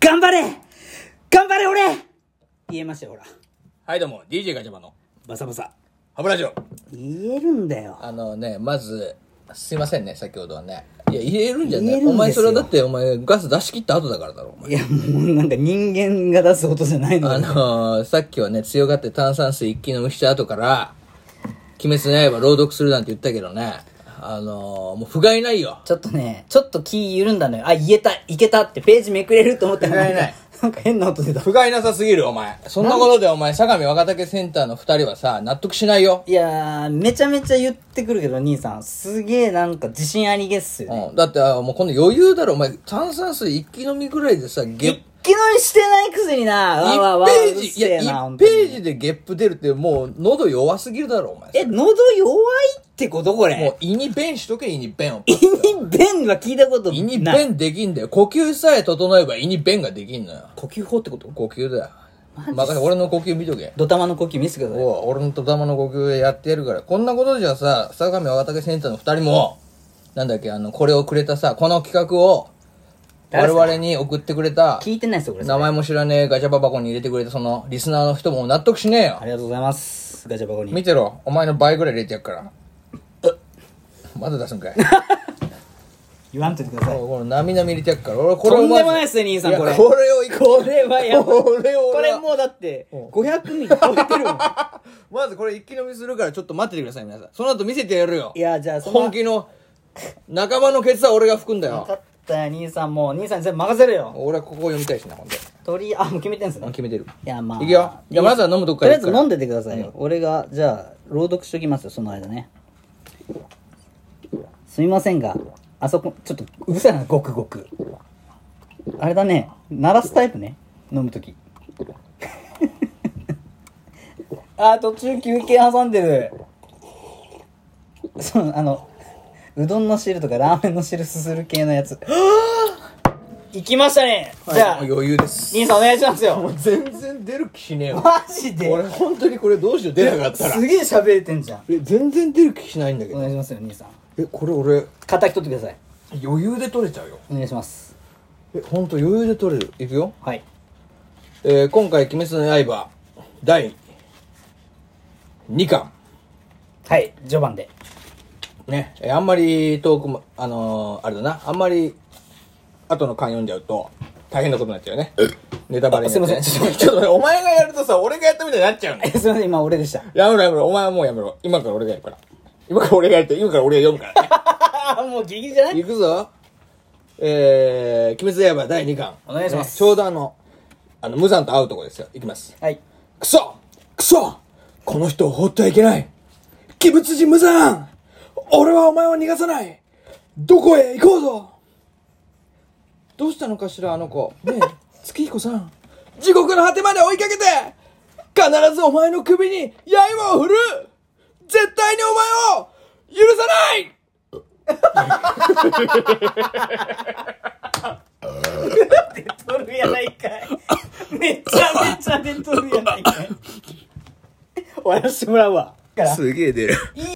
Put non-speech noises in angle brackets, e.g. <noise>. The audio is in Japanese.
頑張れ頑張れ俺言えましたよ、ほら。はい、どうも、DJ ガチャバのバサバサ。ハブラジオ。言えるんだよ。あのね、まず、すいませんね、先ほどはね。いや、入れるんじゃな入れいるんですよお前、それはだって、お前、ガス出し切った後だからだろ、お前。いや、もうなんか人間が出す音じゃないのあよのー、さっきはね、強がって炭酸水一気飲みした後から、鬼滅の刃朗読するなんて言ったけどね、あのー、もう不甲斐ないよ。ちょっとね、ちょっと気緩んだのよ。あ、言えた、いけたってページめくれると思ったら言えない。なんか変な音出た。不甲斐なさすぎる、お前。そんなことで、お前、相模若竹センターの二人はさ、納得しないよ。いやー、めちゃめちゃ言ってくるけど、兄さん。すげえなんか自信ありげっすよね。うん、だって、あもうこの余裕だろ、お前、炭酸水一気飲みぐらいでさ、ゲッ一気飲みしてないくせにな。わわわ。 1ペーうっジ、いせや、えなほ1んとペにージでゲップ出るって、もう、喉弱すぎるだろ、お前。え、喉弱いってことこもれ。う、胃に便しとけ、胃に便を。胃に便は聞いたことない。胃に便できんだよ。呼吸さえ整えば胃に便ができんのよ。呼吸法ってこと呼吸だよ。任せ、俺の呼吸見とけ。ドタマの呼吸見せてください。おう俺のと玉の呼吸やってやるから。こんなことじゃさ、相模若竹センターの二人も、なんだっけ、あの、これをくれたさ、この企画を、我誰ですか々に送ってくれた、聞いてないですよ、これ。名前も知らねえガチャバ箱に入れてくれたその、リスナーの人も納得しねえよあ。りがとうございます。ガチャ箱に。見てろお前の倍ぐらい入れてやっからまだ出すん <laughs> かい言わんといてください。このなみなみ入れてやっから俺ことれをんまずでもないっすね、兄さん、やこれ。これをいここれはやばい。これを <laughs> こ俺れはもうだって、500ミリ超えて <laughs> るもん。うまずこれ一気飲みするからちょっと待っててください皆さんその後見せてやるよいや、じゃあ、その。本気の仲間のケツは俺が拭くんだ分かよったよ、兄さんもう。兄さんに全部任せるよ。俺はここ読みたいしなほんでとりあえず、あ、もう決めてんすね。あ決めてるいや、まあ。いくよじゃあまずは飲むとこからとりあえず飲んでてくださいよ。俺が、じゃあ、朗読しときますよ、その間ね。すみませんが、あそこ、ちょっと、うるさいな、ごくごく。あれだね、鳴らすタイプね、飲むと <laughs> き。あー、途中休憩挟んでる。その、あの、うどんの汁とかラーメンの汁すする系のや <gasps> つ。行きましたね、じゃあ、はい余裕です兄さんお願いしますもよう全然出る気しねえよマジで俺本当にこれどうしよう出なかったらすげえ喋れてんじゃんえ全然出る気しないんだけおど願いしますよ兄さんえこれ俺敵取ってください余裕で取れちゃうよお願いしますえ本当余裕で取れるいくよ、はいえー、今回「鬼滅の刃」第2巻はい序盤でね、えーあんまり遠くもあのーあれだなあんまり後の巻読んじゃうと大変なことになっちゃうよねネタバレになっちゃうあねすいちまょせっんと <laughs> ちょっとねお前がやるとさ俺がやったみたいになっちゃうねえすいません今俺でしたやめろやめろお前はもうやめろ今から俺がやるから今から俺がやるって今から俺が読むからねもうギリギリじゃ <laughs> いくぞ。えー、鬼滅の刃第2巻。お願いしますねちょうどあの、あの、無惨と会うとこですよ。いきます。はいくそくそこの人を放ってはいけない鬼物人無惨俺はお前を逃がさないどこへ行こうぞどうしたのかしら、あの子。ねえ、 <laughs> 月彦さん。地獄の果てまで追いかけて必ずお前の首に刃を振る絶対にお前を許さない出とるやないかい <laughs> めちゃめちゃ出とるやないかい終わらしてもらうわからすげえ出る。い